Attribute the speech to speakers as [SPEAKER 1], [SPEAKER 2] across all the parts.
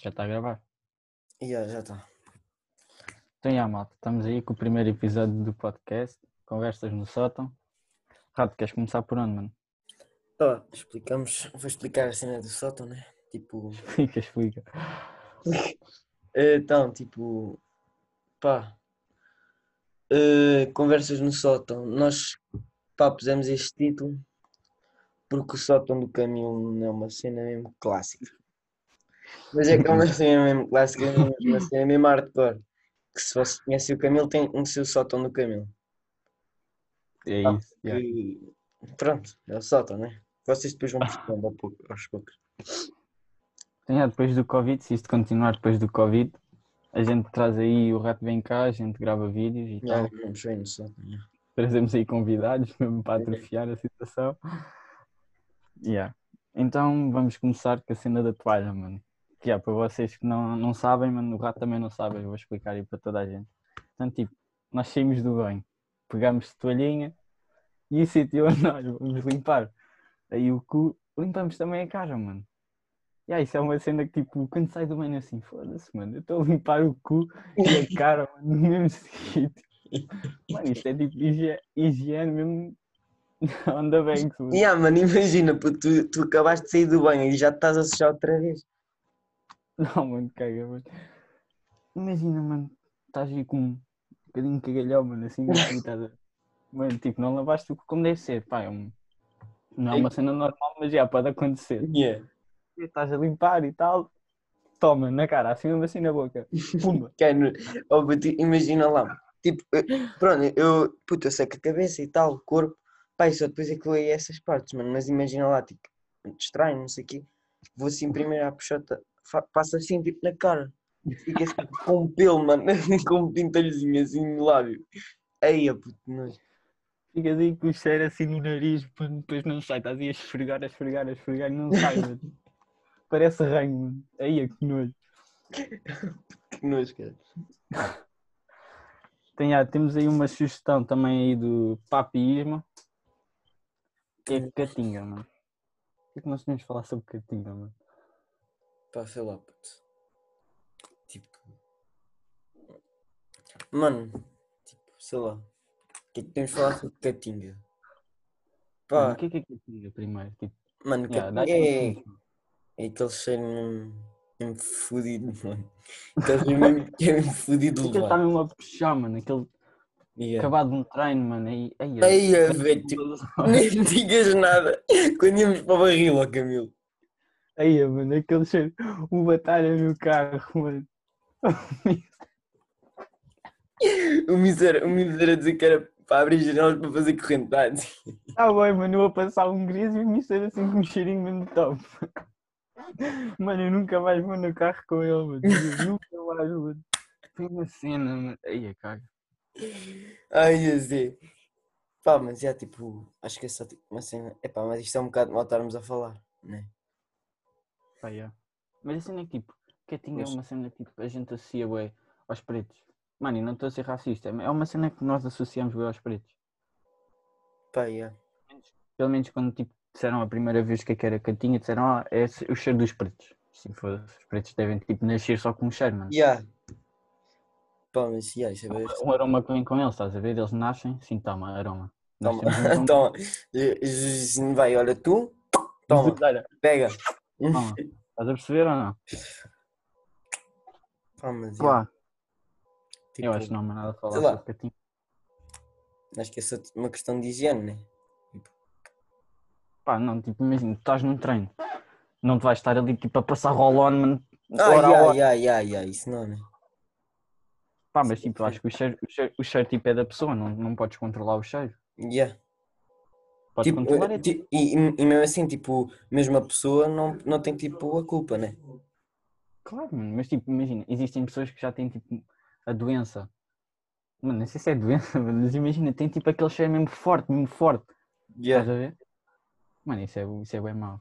[SPEAKER 1] Já está a gravar.
[SPEAKER 2] Yeah, já tá. está.
[SPEAKER 1] Então, já, malta, estamos aí com o primeiro episódio do podcast, Conversas no Sótão. Rato, queres começar por onde, mano?
[SPEAKER 2] Ó, explicamos, vou explicar a cena do sótão, né? Tipo,
[SPEAKER 1] Explica, explica.
[SPEAKER 2] então, tipo, pá, eh, conversas no sótão. Nós, pá, pusemos este título porque o sótão do caminho não é uma cena mesmo clássica. Mas é que é uma cena mesmo clássica, é uma cena mesmo hardcore. Que se vocês conhecem o Camilo, tem o seu sótão do Camilo.
[SPEAKER 1] É
[SPEAKER 2] Ah,
[SPEAKER 1] isso. já.
[SPEAKER 2] E pronto, é o sótão, né? Vocês depois vão percebendo ao pouco- aos poucos.
[SPEAKER 1] Então, já, depois do Covid, se isto continuar depois do Covid, a gente traz aí o Rato Vem Cá, a gente grava vídeos e
[SPEAKER 2] Já,
[SPEAKER 1] tal.
[SPEAKER 2] Então, vamos ver no sótão. já.
[SPEAKER 1] Trazemos aí convidados mesmo para atrofiar a situação. Yeah. Então vamos começar com a cena da toalha, mano. Que é para vocês que não, não sabem, mano, o rato também não sabe, eu vou explicar aí para toda a gente. Então, tipo, nós saímos do banho, pegamos toalhinha e o sítio onde nós vamos limpar aí o cu, limpamos também a cara, mano. E aí, isso é uma cena que, tipo, quando sai do banho é assim, foda-se, mano, eu estou a limpar o cu e a cara, mano, no mesmo sítio. Mano, isto é tipo higie- higiene mesmo on the banks. mano.
[SPEAKER 2] Yeah, mano, imagina, pô, tu, tu acabaste de sair do banho e já te estás a sujar outra vez.
[SPEAKER 1] Não, mano, caga, mano. Imagina, mano, estás aí com um bocadinho de cagalhão, mano, assim, assim, estás a... Mano, tipo, não lavaste o cu como deve ser, pá, é um... Não é uma cena normal, mas já pode acontecer.
[SPEAKER 2] Yeah.
[SPEAKER 1] E Estás a limpar e tal, toma, na cara, assim mesmo assim na boca, pumba.
[SPEAKER 2] Cara, ó, pô, oh, tu imagina lá, tipo, eh, pronto, eu, puta, eu seco a cabeça e tal, o corpo, pá, e só depois é que eu leio essas partes, mano, mas imagina lá, tipo, distrai-me, não sei o quê, vou assim primeiro à puxota, fa- passo assim, tipo, na cara, fica assim, com um pelo, mano, com um pintalhozinho assim no lábio. Aí, ó, puto, nojo.
[SPEAKER 1] Ficas aí com o cheiro assim no nariz, mano, depois não sai, estás aí a esfregar, a esfregar, a esfregar e não sai, mano. Parece ranho, mano. Aí é que nojo.
[SPEAKER 2] que nojo, cara.
[SPEAKER 1] Tem, ah, temos aí uma sugestão também aí do papiísmo. Que é Catinga, mano. O que é que nós tínhamos de falar sobre Catinga, mano?
[SPEAKER 2] Pá, sei lá, puto. Tipo. Mano, tipo, sei lá. O que é que temos de falar sobre Catinga?
[SPEAKER 1] Mano,
[SPEAKER 2] Pá,
[SPEAKER 1] O que é que é Catinga primeiro? Tipo,
[SPEAKER 2] mano,
[SPEAKER 1] yeah,
[SPEAKER 2] Catinga
[SPEAKER 1] dá-te
[SPEAKER 2] é,
[SPEAKER 1] um sentido.
[SPEAKER 2] é aquele cheiro mesmo, mesmo fudido, mano. Aquele cheiro mesmo que é mesmo fudido de
[SPEAKER 1] Aquilo tá está
[SPEAKER 2] levar.
[SPEAKER 1] mesmo a puxar, mano. Aquele
[SPEAKER 2] Yeah.
[SPEAKER 1] acabado de um treino, mano. Aí, aí,
[SPEAKER 2] Aí, é, velho, tipo, nem digas nada. Quando íamos para o barril, ó Camilo.
[SPEAKER 1] aí, mano. Aquele cheiro. O batalha no carro, mano.
[SPEAKER 2] O miser, o miser a dizer que era para abrir janelas para fazer correntados.
[SPEAKER 1] Tá bem, mano, eu vou passar um gris e me ser assim com um cheirinho mesmo top. Mano, eu nunca mais vou no carro com ele, mano. Eu nunca mais, mano. Tem uma cena, mano. Aí, caga.
[SPEAKER 2] Ai, eu sei. Pá, mas é tipo, acho que é só tipo uma cena. Epá, mas isto é um bocado mal estarmos a falar, né?
[SPEAKER 1] Pá, Ah, yeah. Mas a cena é que, tipo, catinga é
[SPEAKER 2] Mas-
[SPEAKER 1] uma cena que tipo, a gente associa, bué, aos pretos. Mano, e não estou a ser racista. É uma cena que nós associamos, bué, aos pretos.
[SPEAKER 2] Pá, yeah.
[SPEAKER 1] Pelo menos quando, tipo, disseram a primeira vez que é que era catinga, disseram, ah, é o cheiro dos pretos. Sim, foda-se. Os pretos devem, tipo, nascer só com um cheiro, mano.
[SPEAKER 2] Yeah. Pá, mas yeah, isso é bem.
[SPEAKER 1] um aroma que vem com eles, estás a ver? Eles nascem, sim, toma, aroma. Nós
[SPEAKER 2] Toma,
[SPEAKER 1] temos um aroma.
[SPEAKER 2] toma. Eh, eh, Vai, olha tu. Toma,
[SPEAKER 1] Olha,
[SPEAKER 2] pega.
[SPEAKER 1] toma. Estás a perceber ou não?
[SPEAKER 2] Pá, mas tipo, yeah,
[SPEAKER 1] Claro. Eu acho que não há mais nada a falar
[SPEAKER 2] sei lá.
[SPEAKER 1] sobre catinga.
[SPEAKER 2] acho que é só uma questão de higiene, né?
[SPEAKER 1] Pá, não, tipo, imagina, tu estás num treino. Não te vais estar ali, tipo, a passar roll-on, mano.
[SPEAKER 2] Ah,
[SPEAKER 1] hora a
[SPEAKER 2] yeah,
[SPEAKER 1] hora.
[SPEAKER 2] yeah, yeah, yeah, isso não, né?
[SPEAKER 1] Pá, mas, tipo,
[SPEAKER 2] sim.
[SPEAKER 1] acho que o cheiro, o cheiro, o cheiro, tipo, é da pessoa. Não, não podes controlar o cheiro.
[SPEAKER 2] Yeah.
[SPEAKER 1] Podes
[SPEAKER 2] Tipo,
[SPEAKER 1] controlar
[SPEAKER 2] eh,
[SPEAKER 1] é...
[SPEAKER 2] ti- e, e, e mesmo assim, tipo, mesmo a pessoa não, não tem tipo a culpa, né?
[SPEAKER 1] Claro, mano, mas, tipo, imagina, existem pessoas que já têm, tipo, a doença. Mano, não sei se é doença, mas imagina, tem, tipo, aquele cheiro mesmo forte, mesmo forte. Estás
[SPEAKER 2] Yeah.
[SPEAKER 1] a ver? Mano, isso é, isso é bem mau.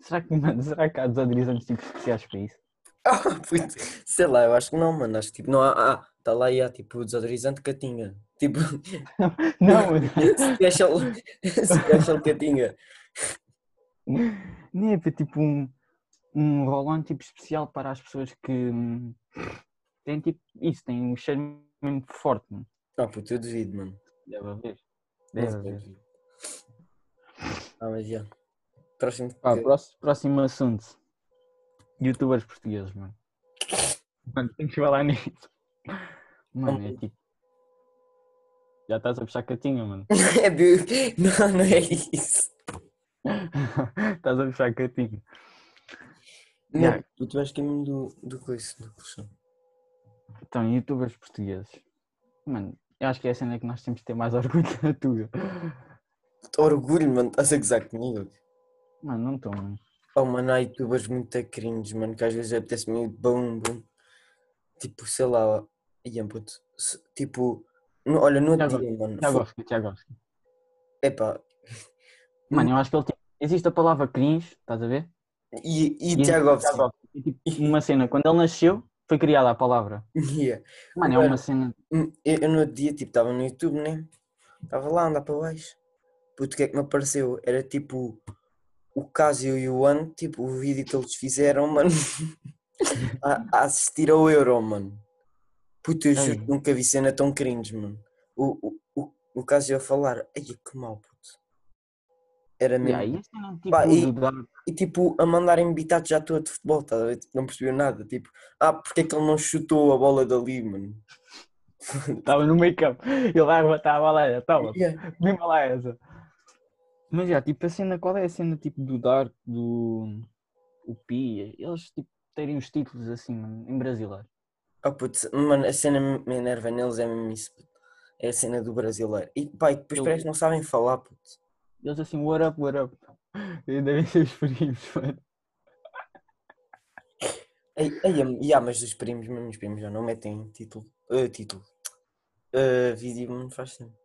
[SPEAKER 1] Será que, mano, será que há desodorizantes tipo especiais para isso?
[SPEAKER 2] Ah, puto, Sei lá, eu acho que não, mano. Acho que tipo, não há. Ah, tá lá e há tipo o desodorizante catinga. Tipo,
[SPEAKER 1] Não, mano.
[SPEAKER 2] special, special catinga.
[SPEAKER 1] Nem é para tipo um. um rolão tipo especial para as pessoas que hum, têm tipo isso, têm um cheiro mesmo forte, mano.
[SPEAKER 2] Ah, puto, eu duvido, mano.
[SPEAKER 1] Deve haver.
[SPEAKER 2] Não
[SPEAKER 1] Deve haver.
[SPEAKER 2] duvido. Ah, mas já. Próximo.
[SPEAKER 1] Pá,
[SPEAKER 2] que-
[SPEAKER 1] próximo, próximo assunto. Youtubers portugueses, mano. Mano, tem que falar nisso. Mano, é tipo. Já estás a puxar catinha, mano.
[SPEAKER 2] É bio- Não, não é isso.
[SPEAKER 1] estás a puxar catinha.
[SPEAKER 2] Não,
[SPEAKER 1] Yeah.
[SPEAKER 2] puto, eu acho que é mesmo do, do coice, do colchão.
[SPEAKER 1] Então, youtubers portugueses. Mano, eu acho que é a cena que nós temos de ter mais orgulho que a tua.
[SPEAKER 2] Orgulho, mano, estás a gozar comigo.
[SPEAKER 1] Mano, não estou, mano.
[SPEAKER 2] Oh, mano, há youtubers muito cringe, mano, que às vezes apetece meio bum, bum. Tipo, sei lá, ia, puto, se- tipo, no- olha, no
[SPEAKER 1] Já
[SPEAKER 2] outro dia, mano, foi,
[SPEAKER 1] Tiagovski, Tiagovski.
[SPEAKER 2] epá,
[SPEAKER 1] Mano, eu acho que ele tem. Existe a palavra cringe, estás a ver?
[SPEAKER 2] e, e,
[SPEAKER 1] existe
[SPEAKER 2] Tiago,
[SPEAKER 1] Tiagovski. É tipo uma cena. Quando ele nasceu, foi criada a palavra.
[SPEAKER 2] yeah.
[SPEAKER 1] Mano, é
[SPEAKER 2] Mano.
[SPEAKER 1] uma cena.
[SPEAKER 2] Hum, Eu, eu no outro dia, tipo, estava no YouTube, né? Estava lá, andar para baixo. Puto, o que é que me apareceu? Era tipo o Casio e o Ano, tipo, o vídeo que eles fizeram, mano, a, a assistir ao Euro, mano. Puto, eu juro
[SPEAKER 1] Ei.
[SPEAKER 2] que nunca vi cena tão cringe, mano. O, o, o, o Casio a falar, ai que mal, puto. Era mesmo.
[SPEAKER 1] Yeah, e a cena tipo
[SPEAKER 2] Pá, e-
[SPEAKER 1] do dar
[SPEAKER 2] E tipo, a mandarem bitados à toa de futebol, tá a ver? Tipo, Não percebeu nada, tipo, ah, porque é que ele não chutou a bola dali, mano?
[SPEAKER 1] Estava no meio campo. Ele vai botar a bola. era, Toma,
[SPEAKER 2] Yeah.
[SPEAKER 1] lima lá essa. Mas já, tipo, a cena, qual é a cena tipo do Dark, do. O Pia? Eles tipo terem os títulos assim, mano, em brasileiro.
[SPEAKER 2] Oh, putz, mano, a cena que me enerva neles é mesmo isso. puto. É a cena do brasileiro. E pai, depois
[SPEAKER 1] Eu-
[SPEAKER 2] parece que não sabem falar, puto.
[SPEAKER 1] Eles assim, what up, what up. E Devem ser os primos, mano.
[SPEAKER 2] Ei, ei, am- ya, mas os primos, mesmo os primos já não metem título. eh, título. Eh, vídeo não faz tempo.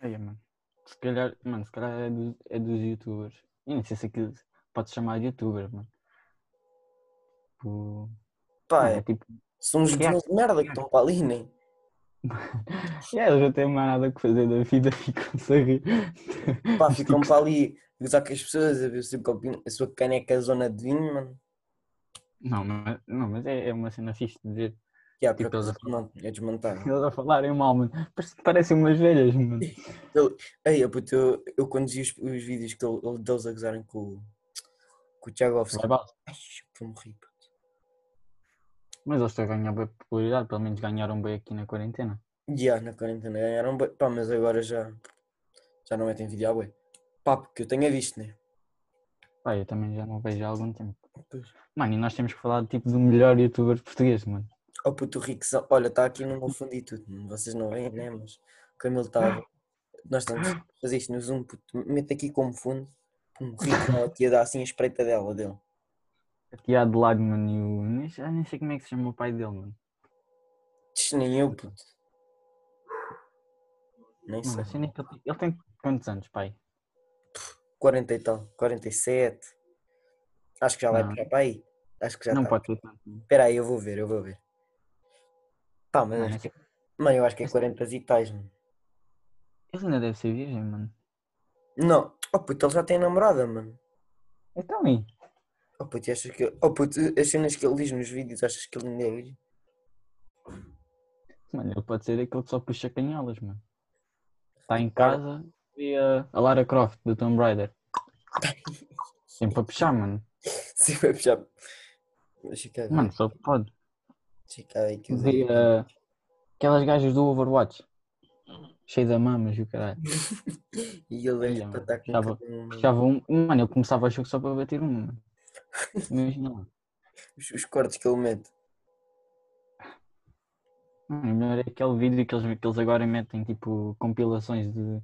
[SPEAKER 1] Ai, mano. Se calhar, mano, se calhar é, do- é dos youtubers. Eu nem sei se aquilo pode chamar de youtuber, mano. Tipo,
[SPEAKER 2] Pá,
[SPEAKER 1] mano, é tipo.
[SPEAKER 2] são uns
[SPEAKER 1] React.
[SPEAKER 2] gozões de merda que estão para ali, né?
[SPEAKER 1] Yeah, é, eles não têm mais nada que fazer da vida, ficam-se a tipo, rir. é
[SPEAKER 2] Pá, ficam para ali a gozar com as pessoas, a ver o seu copinho, a sua caneca zona de vinho, mano.
[SPEAKER 1] Não, mas, não, mas é, é uma cena fixe de dizer.
[SPEAKER 2] Ya, por
[SPEAKER 1] Tipo,
[SPEAKER 2] acaso,
[SPEAKER 1] eles a
[SPEAKER 2] não, é desmontado.
[SPEAKER 1] Eles a falarem mal, mano. Parece- Parecem umas velhas, mano.
[SPEAKER 2] Ei, eu, puto, eu, eu quando vi os, os vídeos que ele- ele- deles a gozarem com, o- com o Tiago
[SPEAKER 1] Vai, bala.
[SPEAKER 2] Ai, eu morri, puto.
[SPEAKER 1] Mas eles estão a ganhar bem popularidade, pelo menos ganharam bem aqui na quarentena.
[SPEAKER 2] Ya, na quarentena ganharam bué. Pá, mas agora já, já não metem vídeo à bué. Pá, porque eu tenho visto, né?
[SPEAKER 1] Pá, eu também já não vejo há algum tempo.
[SPEAKER 2] Pois.
[SPEAKER 1] Mano, e nós temos que falar tipo do melhor youtuber português, mano.
[SPEAKER 2] Oh puto, o Rickzão. Olha, está aqui, não confundi tudo. mano. Vocês não veem, né? Mas o Camilo está. Nós estamos a fazer isto no Zoom, puto. Mete aqui como fundo. Um Rickzão aqui a dar assim a espreita dela, dele.
[SPEAKER 1] A tia de lado, mano, e o. Nem, já nem sei como é que se chama o pai dele, mano.
[SPEAKER 2] Tch, nem eu, puto. Nem
[SPEAKER 1] Mano,
[SPEAKER 2] sei.
[SPEAKER 1] a cena é que ele, tem- ele tem quantos anos, pai?
[SPEAKER 2] 40 e tal. 47. Acho que já vai
[SPEAKER 1] Não.
[SPEAKER 2] para aí. Acho que já tá.
[SPEAKER 1] não
[SPEAKER 2] está.
[SPEAKER 1] pode ter tanto. mano.
[SPEAKER 2] Espera aí, eu vou ver, eu vou ver. Pá, mas
[SPEAKER 1] Mano,
[SPEAKER 2] acho
[SPEAKER 1] é que-
[SPEAKER 2] Mano, eu acho que é 40 e tais, mano.
[SPEAKER 1] ele ainda deve ser virgem, mano.
[SPEAKER 2] Não, oh puto, ele já tem namorada, mano.
[SPEAKER 1] Então aí.
[SPEAKER 2] Oh puto, e achas que. Oh puto, as cenas que ele diz nos vídeos, achas que ele ainda é virgem?
[SPEAKER 1] Mano, ele pode ser aquele que só puxa canholas, mano. Está em casa e a, a Lara Croft do Tomb Raider. Sempre a puxar, mano.
[SPEAKER 2] Sim, vai puxar. Deixa cá ver,
[SPEAKER 1] Mano, só pode.
[SPEAKER 2] deixa cá ver que eu
[SPEAKER 1] E, ah, aquelas gajas do Overwatch. Cheio da mamas e o caralho.
[SPEAKER 2] Hum. E ele
[SPEAKER 1] Olha,
[SPEAKER 2] veio para estar com
[SPEAKER 1] já
[SPEAKER 2] um
[SPEAKER 1] vou-
[SPEAKER 2] cabelo, mano.
[SPEAKER 1] Puxava um. Mano, ele começava o jogo só para bater uma, mano. Imagina lá.
[SPEAKER 2] os, os cortes que ele mete.
[SPEAKER 1] Mano, o melhor é aquele vídeo que eles, que eles agora metem, tipo, compilações de,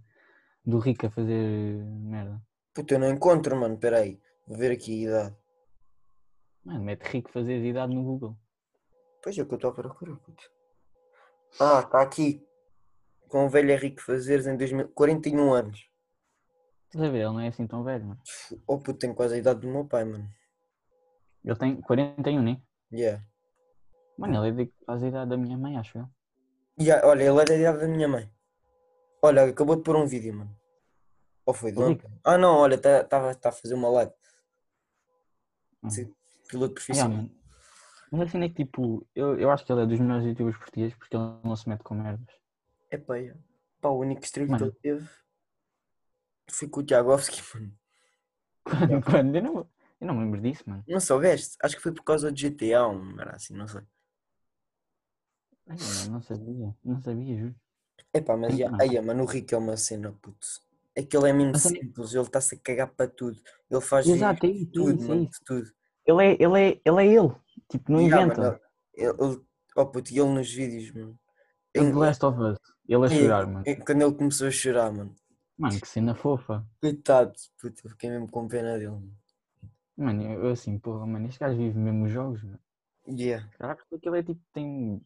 [SPEAKER 1] do Rico a fazer merda.
[SPEAKER 2] Puto, eu não encontro, mano, peraí. Vou ver aqui a idade.
[SPEAKER 1] Mano, mete Rico fazer idade no Google.
[SPEAKER 2] Pois é, o que eu estou a procurar, puto. Ah, está aqui. Com o velho Henrique Fazeres em 2000... 41 anos.
[SPEAKER 1] Estás a ver? Ele não é assim tão velho, mano.
[SPEAKER 2] Oh puto, tenho quase a idade do meu pai, mano.
[SPEAKER 1] Ele tem 41, né?
[SPEAKER 2] Yeah.
[SPEAKER 1] Mano, ele é de quase a idade da minha mãe, acho eu.
[SPEAKER 2] E a- olha, ele é da idade da minha mãe. Olha, acabou de pôr um vídeo, mano. Ou foi de
[SPEAKER 1] Ui.
[SPEAKER 2] tá ontem? Ah não, olha, estava tá, a fazer uma live.
[SPEAKER 1] Hum.
[SPEAKER 2] Sim.
[SPEAKER 1] Yeah,
[SPEAKER 2] Piloto profissional.
[SPEAKER 1] é, mano. Mas assim é que tipo, eu, eu acho que ele é dos melhores youtubers portugueses porque ele não se mete com merdas.
[SPEAKER 2] É pá, yeah. Pá, o único estrela que
[SPEAKER 1] Mano.
[SPEAKER 2] ele teve foi com o Tiagovski, mano.
[SPEAKER 1] Quando, quando? Eu, não, eu não me lembro disso, mano.
[SPEAKER 2] Não soubeste? Acho que foi por causa do GTA, ou uma merda assim, não sei.
[SPEAKER 1] Ai, mano, não sabia, não sabia, juro.
[SPEAKER 2] É pá, mas
[SPEAKER 1] Sim,
[SPEAKER 2] já,
[SPEAKER 1] mano.
[SPEAKER 2] aí, mano, o Rico é uma cena, puto. É que ele é mesmo
[SPEAKER 1] Mas também-
[SPEAKER 2] simples, ele está-se a cagar para tudo. Ele faz
[SPEAKER 1] Exato, é
[SPEAKER 2] vídeos
[SPEAKER 1] isso,
[SPEAKER 2] de
[SPEAKER 1] é
[SPEAKER 2] tudo,
[SPEAKER 1] isso, é
[SPEAKER 2] mano,
[SPEAKER 1] isso.
[SPEAKER 2] de tudo.
[SPEAKER 1] Ele é ele, é, ele, é ele. tipo, não
[SPEAKER 2] E, ah,
[SPEAKER 1] inventa.
[SPEAKER 2] mano, ele, ele, oh, puto, e ele nos vídeos, mano.
[SPEAKER 1] É
[SPEAKER 2] Ele-
[SPEAKER 1] The Last of Us, ele a
[SPEAKER 2] um é,
[SPEAKER 1] chorar, mano.
[SPEAKER 2] é quando ele começou a chorar, mano.
[SPEAKER 1] Mano, que cena fofa.
[SPEAKER 2] Coitado, puto, eu fiquei mesmo com pena dele. Mano.
[SPEAKER 1] Mano, eu, eu assim, porra, mano, este gajo vive mesmo os jogos, mano.
[SPEAKER 2] Yeah.
[SPEAKER 1] Caraca, porque ele é tipo, tem.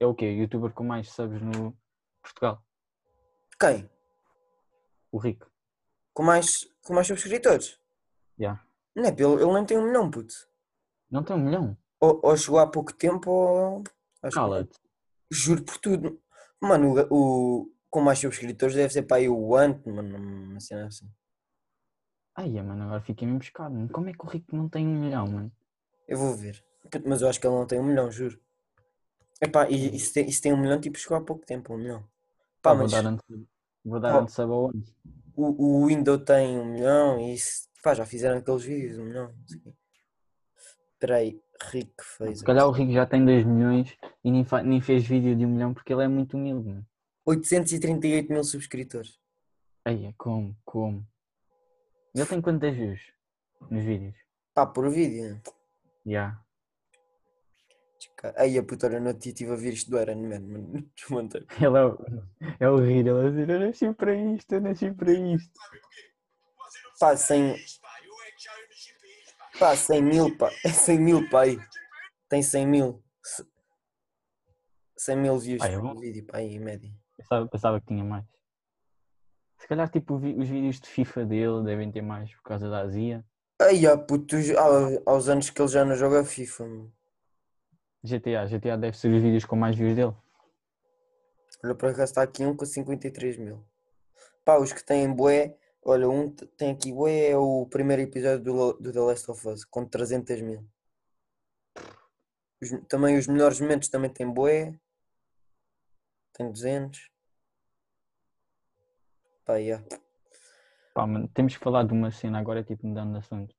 [SPEAKER 1] É o quê? Youtuber com mais subs no Portugal.
[SPEAKER 2] Quem?
[SPEAKER 1] O Rico.
[SPEAKER 2] Com mais, com mais subscritores?
[SPEAKER 1] Yeah.
[SPEAKER 2] Não é, pelo- ele nem tem um milhão, puto.
[SPEAKER 1] Não tem um milhão.
[SPEAKER 2] Ou, ou chegou há pouco tempo ou. acho que-
[SPEAKER 1] Cala-te.
[SPEAKER 2] Juro por tudo. Mano, o, o- com mais subscritores deve ser para aí o Ant, mano, uma cena assim.
[SPEAKER 1] Ai, é, mano, agora fiquei mesmo chocado. mano. Como é que o Rico não tem um milhão, mano?
[SPEAKER 2] Eu vou ver. Puto, Mas eu acho que ele não tem um milhão, juro. Epá, e, e se, tem, e se tem um milhão, tipo, chegou há pouco tempo, um milhão. Pá,
[SPEAKER 1] Pá,
[SPEAKER 2] mas
[SPEAKER 1] Vou
[SPEAKER 2] Oh,
[SPEAKER 1] dar um- antes, vou dar
[SPEAKER 2] Pá.
[SPEAKER 1] antes sub ao antes.
[SPEAKER 2] o, o Windows tem um milhão e isso, pá, já fizeram aqueles vídeos, um milhão. não sei o quê. Espera aí, Rico fez
[SPEAKER 1] Se calhar o Rico já tem 2 milhões e nem, fa- nem fez vídeo de um milhão porque ele é muito humilde, mano.
[SPEAKER 2] 838 mil subscritores.
[SPEAKER 1] Ai, é, como, como. Ele tem quantas views nos vídeos?
[SPEAKER 2] Pá, por vídeo, né?
[SPEAKER 1] Já.
[SPEAKER 2] Aí a puta, olha, no outro dia estive a ver isto do Iron Man, mano. Desmontei.
[SPEAKER 1] Ele é o, é o rir, ele a dizer, eu nasci para isto, eu nasci para isto.
[SPEAKER 2] Pá, 100. Pá, 100 mil, pá. É 100 mil, pá. Aí. Tem 100 mil. Se- 100 mil views
[SPEAKER 1] Ah, é
[SPEAKER 2] no
[SPEAKER 1] bom?
[SPEAKER 2] vídeo, pá, aí, em média.
[SPEAKER 1] Pensava, pensava que tinha mais. Se calhar, tipo, vi- os vídeos de FIFA dele devem ter mais por causa da Azia.
[SPEAKER 2] Aí, ó, ah, puto, tu- há- aos anos que ele já não joga FIFA, mano.
[SPEAKER 1] GTA, GTA deve ser os vídeos com mais views dele.
[SPEAKER 2] Olha, por acaso está aqui um com 53 mil. Pá, os que têm bué, olha, um t- tem aqui bué, é o primeiro episódio do, Lo- do The Last of Us, com 300 mil. Os- também os melhores momentos também tem bué. Tem 200. Pá, yeah.
[SPEAKER 1] Pá, mano, temos que falar de uma cena agora, tipo, mudando de assunto.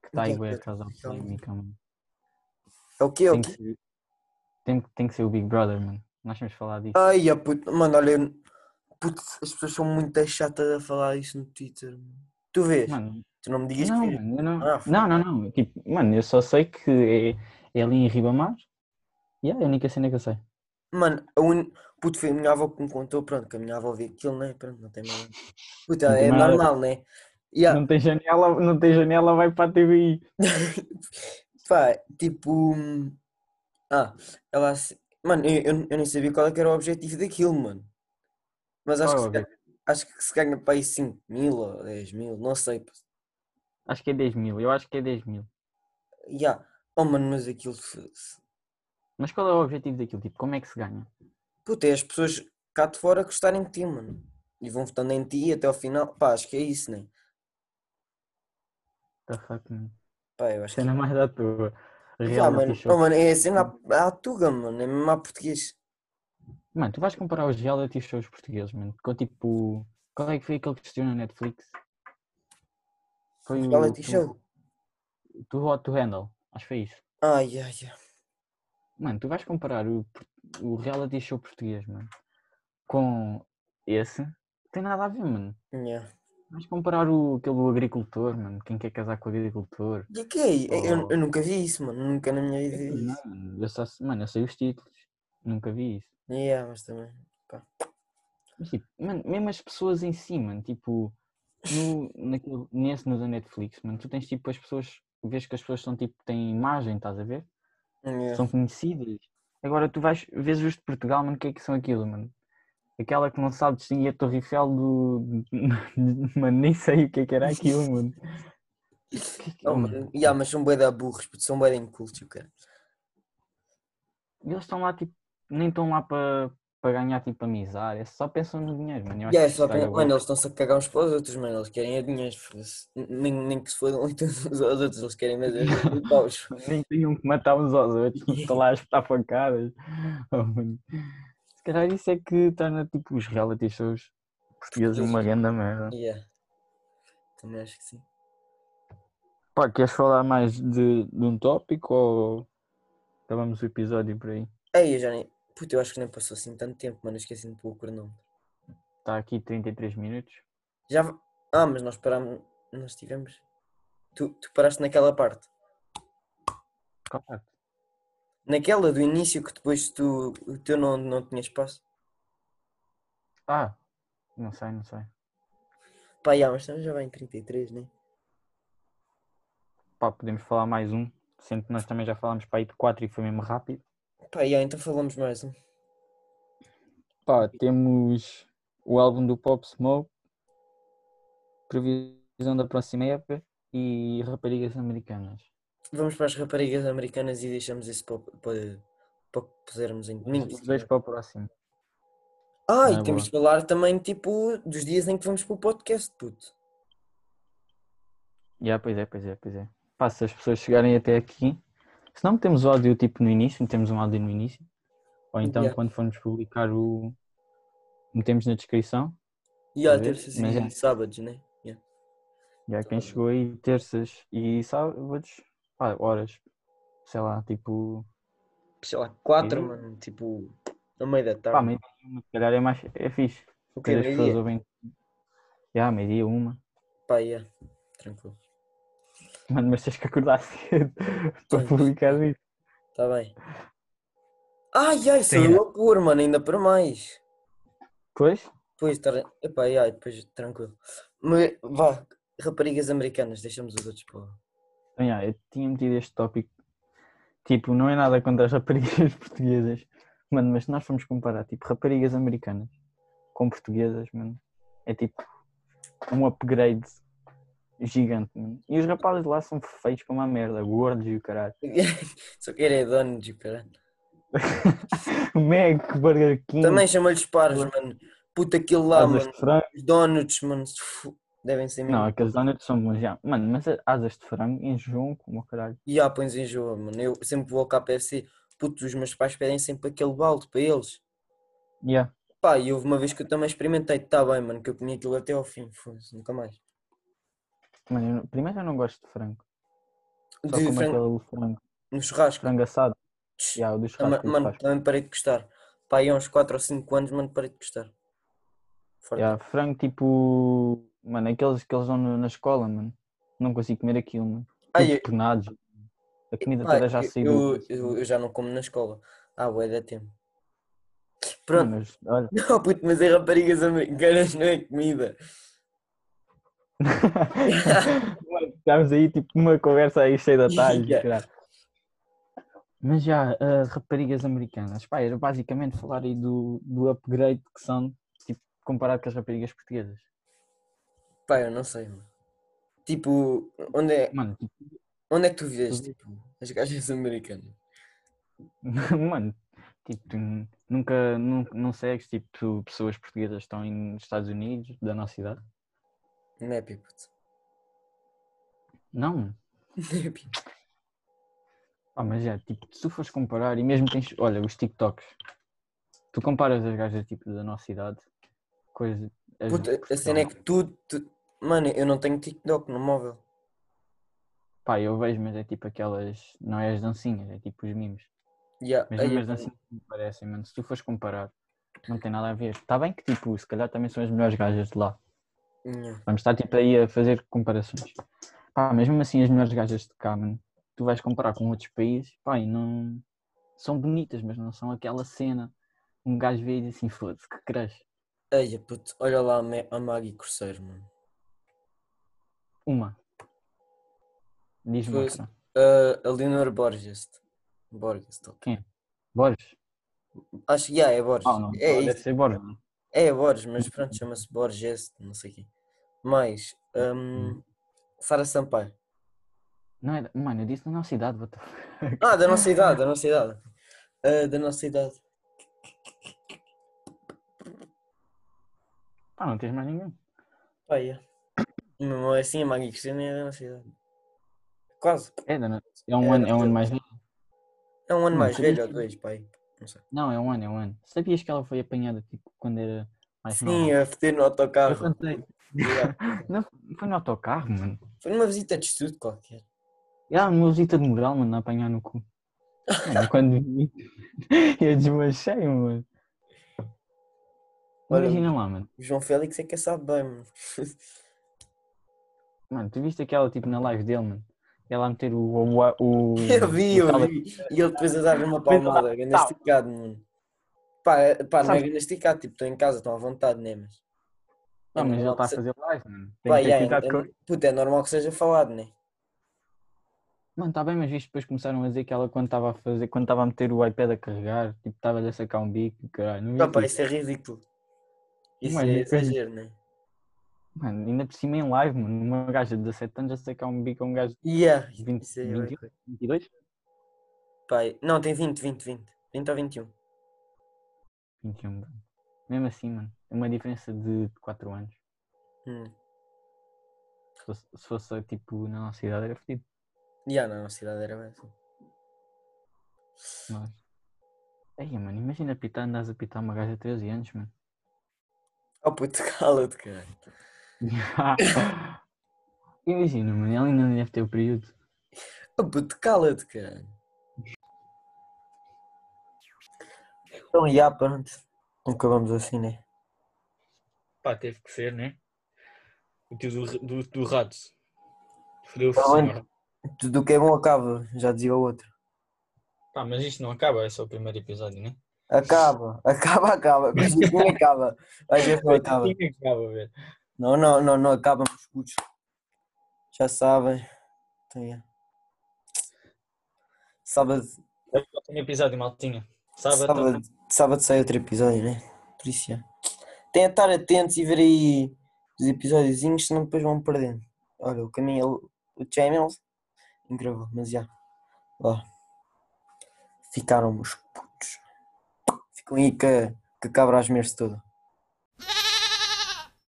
[SPEAKER 1] Que está aí,
[SPEAKER 2] Então,
[SPEAKER 1] bué, a
[SPEAKER 2] pera,
[SPEAKER 1] causar
[SPEAKER 2] calma.
[SPEAKER 1] polémica, mano.
[SPEAKER 2] É o que é o
[SPEAKER 1] Tem
[SPEAKER 2] quê?
[SPEAKER 1] que, ser- tem, tem que ser o Big Brother, mano. Nós temos que falar disso.
[SPEAKER 2] Ai, a puto, mano, olha, eu- puto, as pessoas são muito chatas a falar isso no Twitter. mano. Tu vês?
[SPEAKER 1] Mano,
[SPEAKER 2] Tu não me digas
[SPEAKER 1] não,
[SPEAKER 2] que vês.
[SPEAKER 1] mano, eu não,
[SPEAKER 2] Ah,
[SPEAKER 1] não, não, não. Tipo, mano, eu só sei que é, é ali em Ribamar. E é a única cena que eu sei.
[SPEAKER 2] Mano, a un... puto, foi a minha avó que me contou, pronto, que a minha avó vê aquilo, né? Pronto, não tem mais. Puta,
[SPEAKER 1] Não tem
[SPEAKER 2] é
[SPEAKER 1] nada.
[SPEAKER 2] normal, né? Yeah,
[SPEAKER 1] Não tem janela, não tem janela, vai para a TVI.
[SPEAKER 2] pá, tipo. hum, Ah, ela. ass- Mano, eu, eu, eu nem sabia qual é que era o objetivo daquilo, mano. Mas acho,
[SPEAKER 1] Qual é o
[SPEAKER 2] que, se, acho que se ganha para aí 5 mil ou 10 mil, não sei. pá.
[SPEAKER 1] Acho que é 10 mil, eu acho que é 10 mil.
[SPEAKER 2] Yeah. Oh, mano, mas aquilo. se- se-
[SPEAKER 1] Mas qual é o objetivo daquilo? Tipo, como é que se ganha?
[SPEAKER 2] Puta, é as pessoas cá de fora gostarem de ti, mano. E vão votando em ti até ao final. Pá, acho que é isso, né?
[SPEAKER 1] What The fuck, mano.
[SPEAKER 2] Pá, eu acho que.
[SPEAKER 1] Cena mais à tua.
[SPEAKER 2] Já,
[SPEAKER 1] Reality
[SPEAKER 2] mano.
[SPEAKER 1] show.
[SPEAKER 2] Oh, mano, é a cena à, à tuga, mano. É mesmo à português.
[SPEAKER 1] Mano, tu vais comparar os reality shows portugueses, mano. Com tipo. Qual é que foi aquele que assistiu na Netflix? Foi o.
[SPEAKER 2] Reality
[SPEAKER 1] Too-
[SPEAKER 2] show.
[SPEAKER 1] Too Hot to Handle. Acho que foi isso.
[SPEAKER 2] Ai, ai, ai.
[SPEAKER 1] Mano, tu vais comparar o, por- o reality show português, mano. Com esse. Não tem nada a ver, mano.
[SPEAKER 2] Yeah.
[SPEAKER 1] Vais comparar o, aquele do agricultor, mano. Quem quer casar com o agricultor.
[SPEAKER 2] E o que é? Eu- Eu,
[SPEAKER 1] Oh.
[SPEAKER 2] eu nunca vi isso, mano. Nunca na minha vida vi
[SPEAKER 1] Não, é
[SPEAKER 2] isso.
[SPEAKER 1] mano, eu só, mano, eu sei os títulos. Nunca vi isso.
[SPEAKER 2] Yeah, mas também.
[SPEAKER 1] Mas, tipo, mano, mesmo as pessoas em si, mano, tipo, no, naquele, nesse no da Netflix, mano, tu tens tipo as pessoas, vês que as pessoas são tipo, têm imagem, estás a ver?
[SPEAKER 2] Yeah.
[SPEAKER 1] São conhecidas. Agora tu vais, vês os de Portugal, mano, o que é que são aquilo, mano? Aquela que não sabe distinguir a Torre Eiffel do. Mano, nem sei o que é que era aquilo, mano. Que que-
[SPEAKER 2] Oh, mano. Yeah, mas são bué da burros, puto. São bué da incultos, o cara.
[SPEAKER 1] E eles estão lá, tipo, nem estão lá para para ganhar tipo amizade, é só pensam no dinheiro, mano. Eu acho que
[SPEAKER 2] Yeah, É, só
[SPEAKER 1] isso
[SPEAKER 2] apanha-
[SPEAKER 1] estraga bué.
[SPEAKER 2] Mano, eles estão-se a cagar uns para os outros, mano. Eles querem é dinheiro, foda-se. nem, nem que se fodam e todos os outros, eles querem mesmo é dinheiro e paus.
[SPEAKER 1] Nem tinham um que matar uns aos outros, estão lá a espetar facadas. Oh, mano. Se calhar isso é que torna tipo os reality shows portugueses uma grande merda.
[SPEAKER 2] Yeah. Também acho que sim.
[SPEAKER 1] Pá, queres falar mais de, de um tópico ou acabamos o episódio por aí?
[SPEAKER 2] Ei, eu já nem. Puta, eu acho que nem passou assim tanto tempo, mano. Esqueci-me de pôr o cronômetro.
[SPEAKER 1] Está Tá aqui 33 minutos.
[SPEAKER 2] Já. va- Ah, mas nós parámos. Nós tivemos. Tu, tu paraste naquela parte.
[SPEAKER 1] Claro.
[SPEAKER 2] Naquela do início que depois tu. O teu não, não tinha espaço.
[SPEAKER 1] Ah, não sei, não sei.
[SPEAKER 2] Pá, yeah, mas estamos já bem em 33, né?
[SPEAKER 1] Pá, podemos falar mais um, sendo que nós também já falámos para aí de 4 e foi mesmo rápido.
[SPEAKER 2] Pá, yeah, então falamos mais um.
[SPEAKER 1] Pá, temos o álbum do Pop Smoke, previsão da próxima época e raparigas americanas.
[SPEAKER 2] Vamos para as raparigas americanas e deixamos isso para, para, para pusermos em domingo.
[SPEAKER 1] Os dois para o próximo.
[SPEAKER 2] Ah, e
[SPEAKER 1] Ah,
[SPEAKER 2] temos de falar também, tipo, dos dias em que vamos para o podcast, puto.
[SPEAKER 1] Já, pois é, pois é, pois é. Pá, se as pessoas chegarem até aqui, se não metemos o áudio tipo no início, metemos um áudio no início, ou então
[SPEAKER 2] Yeah.
[SPEAKER 1] quando formos publicar o. metemos na descrição.
[SPEAKER 2] E há
[SPEAKER 1] Talvez,
[SPEAKER 2] terças e
[SPEAKER 1] mas é.
[SPEAKER 2] sábados, né? Yeah.
[SPEAKER 1] Já quem
[SPEAKER 2] Tá bem.
[SPEAKER 1] chegou aí terças e sábados, pá, horas, sei lá, tipo.
[SPEAKER 2] Sei lá, quatro,
[SPEAKER 1] Uhum.
[SPEAKER 2] mano, tipo, a meio da
[SPEAKER 1] pá,
[SPEAKER 2] tarde.
[SPEAKER 1] meio uma, se calhar é mais. é fixe.
[SPEAKER 2] o que
[SPEAKER 1] Porque
[SPEAKER 2] é
[SPEAKER 1] as pessoas
[SPEAKER 2] meio-dia?
[SPEAKER 1] ouvem. Já, meio-dia, uma.
[SPEAKER 2] Pá, yeah. Tranquilo.
[SPEAKER 1] Mano, mas tens que acordar cedo para
[SPEAKER 2] Pois.
[SPEAKER 1] publicar isso.
[SPEAKER 2] Tá bem. Ai, ai, sou
[SPEAKER 1] Sim. é.
[SPEAKER 2] eu a pôr, mano, ainda para mais.
[SPEAKER 1] Pois?
[SPEAKER 2] Depois, tar... epá, ai, depois, tranquilo. Mas, vá, raparigas americanas, deixamos os outros para... lá.
[SPEAKER 1] Então, já, eu tinha metido este tópico. Tipo, não é nada contra as raparigas portuguesas. Mano, mas se nós formos comparar, tipo, raparigas americanas com portuguesas, mano, é tipo um upgrade gigante, mano. E os rapazes de lá são feios como a merda, gordos e o caralho.
[SPEAKER 2] Só que ele é dono de caralho.
[SPEAKER 1] Mac, é Burger King,
[SPEAKER 2] Também chama-lhes pares,
[SPEAKER 1] Hum.
[SPEAKER 2] mano. Puta, aquilo lá,
[SPEAKER 1] asas
[SPEAKER 2] mano.
[SPEAKER 1] de frango.
[SPEAKER 2] Os donuts, mano. se fu- Devem ser mesmo.
[SPEAKER 1] Não, aqueles donuts são bons, já. Mano, mas asas de frango enjoam como o caralho.
[SPEAKER 2] E há pões em jogo, mano. Eu sempre vou ao KFC. Puto, os meus pais pedem sempre aquele balde para eles.
[SPEAKER 1] Yeah.
[SPEAKER 2] Pá, e houve uma vez que eu também experimentei. Tá bem, mano, que eu comi aquilo até ao fim. Foda-se, nunca mais.
[SPEAKER 1] Mano, eu não- primeiro eu não gosto de frango. Só
[SPEAKER 2] De
[SPEAKER 1] como
[SPEAKER 2] frango,
[SPEAKER 1] aquele frango,
[SPEAKER 2] no churrasco.
[SPEAKER 1] frango assado.
[SPEAKER 2] Tch,
[SPEAKER 1] Yeah, o do
[SPEAKER 2] tama-
[SPEAKER 1] churrasco que
[SPEAKER 2] Ah, mano,
[SPEAKER 1] faz.
[SPEAKER 2] também parei de gostar. Pá, aí há uns 4 ou 5 anos, mano, parei de gostar. Forte.
[SPEAKER 1] Yeah, frango tipo. Mano, aqueles que eles dão no- na escola, mano. Não consigo comer aquilo, mano.
[SPEAKER 2] Ai,
[SPEAKER 1] Tipo
[SPEAKER 2] eu-
[SPEAKER 1] penados. A comida
[SPEAKER 2] Pá,
[SPEAKER 1] toda já
[SPEAKER 2] eu-
[SPEAKER 1] saiu.
[SPEAKER 2] eu,
[SPEAKER 1] do-
[SPEAKER 2] eu, eu já não como na escola. Ah, ué, dá tempo.
[SPEAKER 1] Não,
[SPEAKER 2] Pronto.
[SPEAKER 1] mas, olha.
[SPEAKER 2] Não, puto, mas é raparigas americanas, não é comida.
[SPEAKER 1] Mano, estamos aí tipo uma conversa aí cheia de atalhos.
[SPEAKER 2] Yeah.
[SPEAKER 1] caralho. Mas já, as raparigas americanas. Pá, era basicamente falar aí do, do upgrade que são, tipo, comparado com as raparigas portuguesas.
[SPEAKER 2] Pá, eu não sei, mano. Tipo, onde é,
[SPEAKER 1] Mano, tipo,
[SPEAKER 2] onde é que tu vês,
[SPEAKER 1] Tu vês-
[SPEAKER 2] tipo, as gajas americanas?
[SPEAKER 1] Mano, tipo, tu nu- nunca, não, não segues, tipo, tu- pessoas portuguesas que estão aí nos Estados Unidos, da nossa idade?
[SPEAKER 2] Não é pipo.
[SPEAKER 1] Não.
[SPEAKER 2] Não é pipo.
[SPEAKER 1] Ah, mas é, tipo, se tu fores comparar, e mesmo tens, olha, os TikToks, tu comparas as gajas, tipo, da nossa idade, coisa... as de
[SPEAKER 2] Puta, a
[SPEAKER 1] Portugal.
[SPEAKER 2] cena é que tu, tu- Mano, eu não tenho TikTok no móvel.
[SPEAKER 1] Pá, eu vejo, mas é tipo aquelas, não é as dancinhas, é tipo os mimos.
[SPEAKER 2] Yeah,
[SPEAKER 1] Mas
[SPEAKER 2] aí é
[SPEAKER 1] mesmo
[SPEAKER 2] eu-
[SPEAKER 1] as dancinhas que me parecem, mano, se tu fores comparar, não tem nada a ver. Está bem que, tipo, se calhar também são as melhores gajas de lá.
[SPEAKER 2] Yeah.
[SPEAKER 1] Vamos estar tipo aí a fazer comparações. Pá, mesmo assim as melhores gajas de cá, mano, tu vais comparar com outros países, pá, e não... São bonitas, mas não são aquela cena. Um gajo vê e diz assim, foda-se, que crush.
[SPEAKER 2] Eia, puto, olha lá a, Ma- a Maggie Cruzeiro, mano.
[SPEAKER 1] Uma. Diz-me
[SPEAKER 2] Pois.
[SPEAKER 1] outra.
[SPEAKER 2] Ah, a Leonor Borges. Borges, tá.
[SPEAKER 1] Borges?
[SPEAKER 2] Acho que yeah, é Borges.
[SPEAKER 1] Ah, não.
[SPEAKER 2] é
[SPEAKER 1] Deve
[SPEAKER 2] isso.
[SPEAKER 1] ser Borges. não?
[SPEAKER 2] É Borges, mas pronto, chama-se Borges, não sei quê. Mais, hum, Sara Sampaio.
[SPEAKER 1] Não é... Mano, eu disse na nossa idade, what the fuck.
[SPEAKER 2] Ah, da nossa idade, da nossa idade. Ah, da nossa idade.
[SPEAKER 1] Pá, não tens mais ninguém.
[SPEAKER 2] Olha. Não é assim, a Maggie Cristina é da nossa cidade. Quase.
[SPEAKER 1] É, da no- é um
[SPEAKER 2] É,
[SPEAKER 1] ano, é um ano
[SPEAKER 2] eu-
[SPEAKER 1] mais velho.
[SPEAKER 2] É um ano
[SPEAKER 1] Não,
[SPEAKER 2] mais
[SPEAKER 1] sabia
[SPEAKER 2] velho ou
[SPEAKER 1] que-
[SPEAKER 2] dois, pai. Não sei.
[SPEAKER 1] Não, é um ano, é um ano. Sabias que ela foi apanhada tipo, quando era mais
[SPEAKER 2] Sim,
[SPEAKER 1] nova?
[SPEAKER 2] a feder no
[SPEAKER 1] Eu
[SPEAKER 2] autocarro.
[SPEAKER 1] contei. Não, foi no autocarro, mano.
[SPEAKER 2] Foi numa visita de estudo qualquer.
[SPEAKER 1] E há uma visita de moral, mano, a apanhar no cu. Mano, quando vi, eu desmanchei, mano.
[SPEAKER 2] Olha,
[SPEAKER 1] Imagina lá, mano.
[SPEAKER 2] O João Félix é que sabe bem, mano.
[SPEAKER 1] Mano, tu viste aquela tipo na live dele, mano? Ela a meter o. o, o, o
[SPEAKER 2] Eu vi, eu
[SPEAKER 1] o tala-
[SPEAKER 2] vi. E ele depois a dar-lhe uma
[SPEAKER 1] Depois ela-
[SPEAKER 2] palmada, grande
[SPEAKER 1] Tá.
[SPEAKER 2] esticado, mano. Pá, é- pá não é
[SPEAKER 1] Sabes-
[SPEAKER 2] grande esticado, tipo, estou em casa, estou à vontade, né? Mas. é
[SPEAKER 1] Pá, mas ele
[SPEAKER 2] normal
[SPEAKER 1] está a
[SPEAKER 2] que se-
[SPEAKER 1] fazer live, mano. Tem
[SPEAKER 2] Pá,
[SPEAKER 1] que ter
[SPEAKER 2] yeah,
[SPEAKER 1] cuidado
[SPEAKER 2] é,
[SPEAKER 1] com.
[SPEAKER 2] puta, é normal que seja falado, né?
[SPEAKER 1] Mano, está bem, mas isto depois começaram a dizer que ela quando estava a fazer, quando estava a meter o iPad a carregar, tipo, estava-lhe a sacar um bico, caralho. Não
[SPEAKER 2] Pá, pá,
[SPEAKER 1] vi isso.
[SPEAKER 2] isso é ridículo. Isso
[SPEAKER 1] Mano,
[SPEAKER 2] é
[SPEAKER 1] eu-
[SPEAKER 2] exagero, né?
[SPEAKER 1] Mano, ainda por cima em live, mano. Uma gaja de 17 anos a sacar um bico a um gajo
[SPEAKER 2] Yeah.
[SPEAKER 1] de 20,
[SPEAKER 2] Isso é
[SPEAKER 1] 21, 22?
[SPEAKER 2] Pai, não, tem 20, 20, 20. 20 ou 21.
[SPEAKER 1] 21, mano. Mesmo assim, mano. É uma diferença de 4 anos.
[SPEAKER 2] Hum.
[SPEAKER 1] Se fosse, se fosse, tipo na nossa idade era fedido.
[SPEAKER 2] Yeah, na nossa idade era bem assim.
[SPEAKER 1] Mas. Aí, mano, imagina pitar, andares a pitar uma gaja de 13 anos, mano.
[SPEAKER 2] Oh puto, cala-te, caralho.
[SPEAKER 1] imagina, mano, ela ainda não deve ter o período.
[SPEAKER 2] Oh puto, cala-te, caralho. Então, já, pronto. Acabamos assim, né?
[SPEAKER 3] Pá, teve que ser, né? O tio do, do, do rato. Fodeu-se,
[SPEAKER 2] Tá bem.
[SPEAKER 3] senhora.
[SPEAKER 2] Tudo o que é bom acaba, já dizia o outro.
[SPEAKER 3] Pá, mas isto não acaba, é só o primeiro episódio, né?
[SPEAKER 2] Acaba, acaba, acaba. Mas não acaba. Às vezes não acaba.
[SPEAKER 3] Tinha que acabar, velho.
[SPEAKER 2] Não, não, não, não acaba, meus putos. Já sabem. Então, já. Sábado,
[SPEAKER 3] Próximo episódio, maltinha. Sábado.
[SPEAKER 2] sábado, sábado sai outro episódio, né? Por isso, já. Tem a estar atentos e ver aí os episódiozinhos, senão depois vão perdendo. Olha, o caminho, o channel, incrível, mas já. Lá. Ficaram meus putos. Ficam aí que, que cabra às merces toda.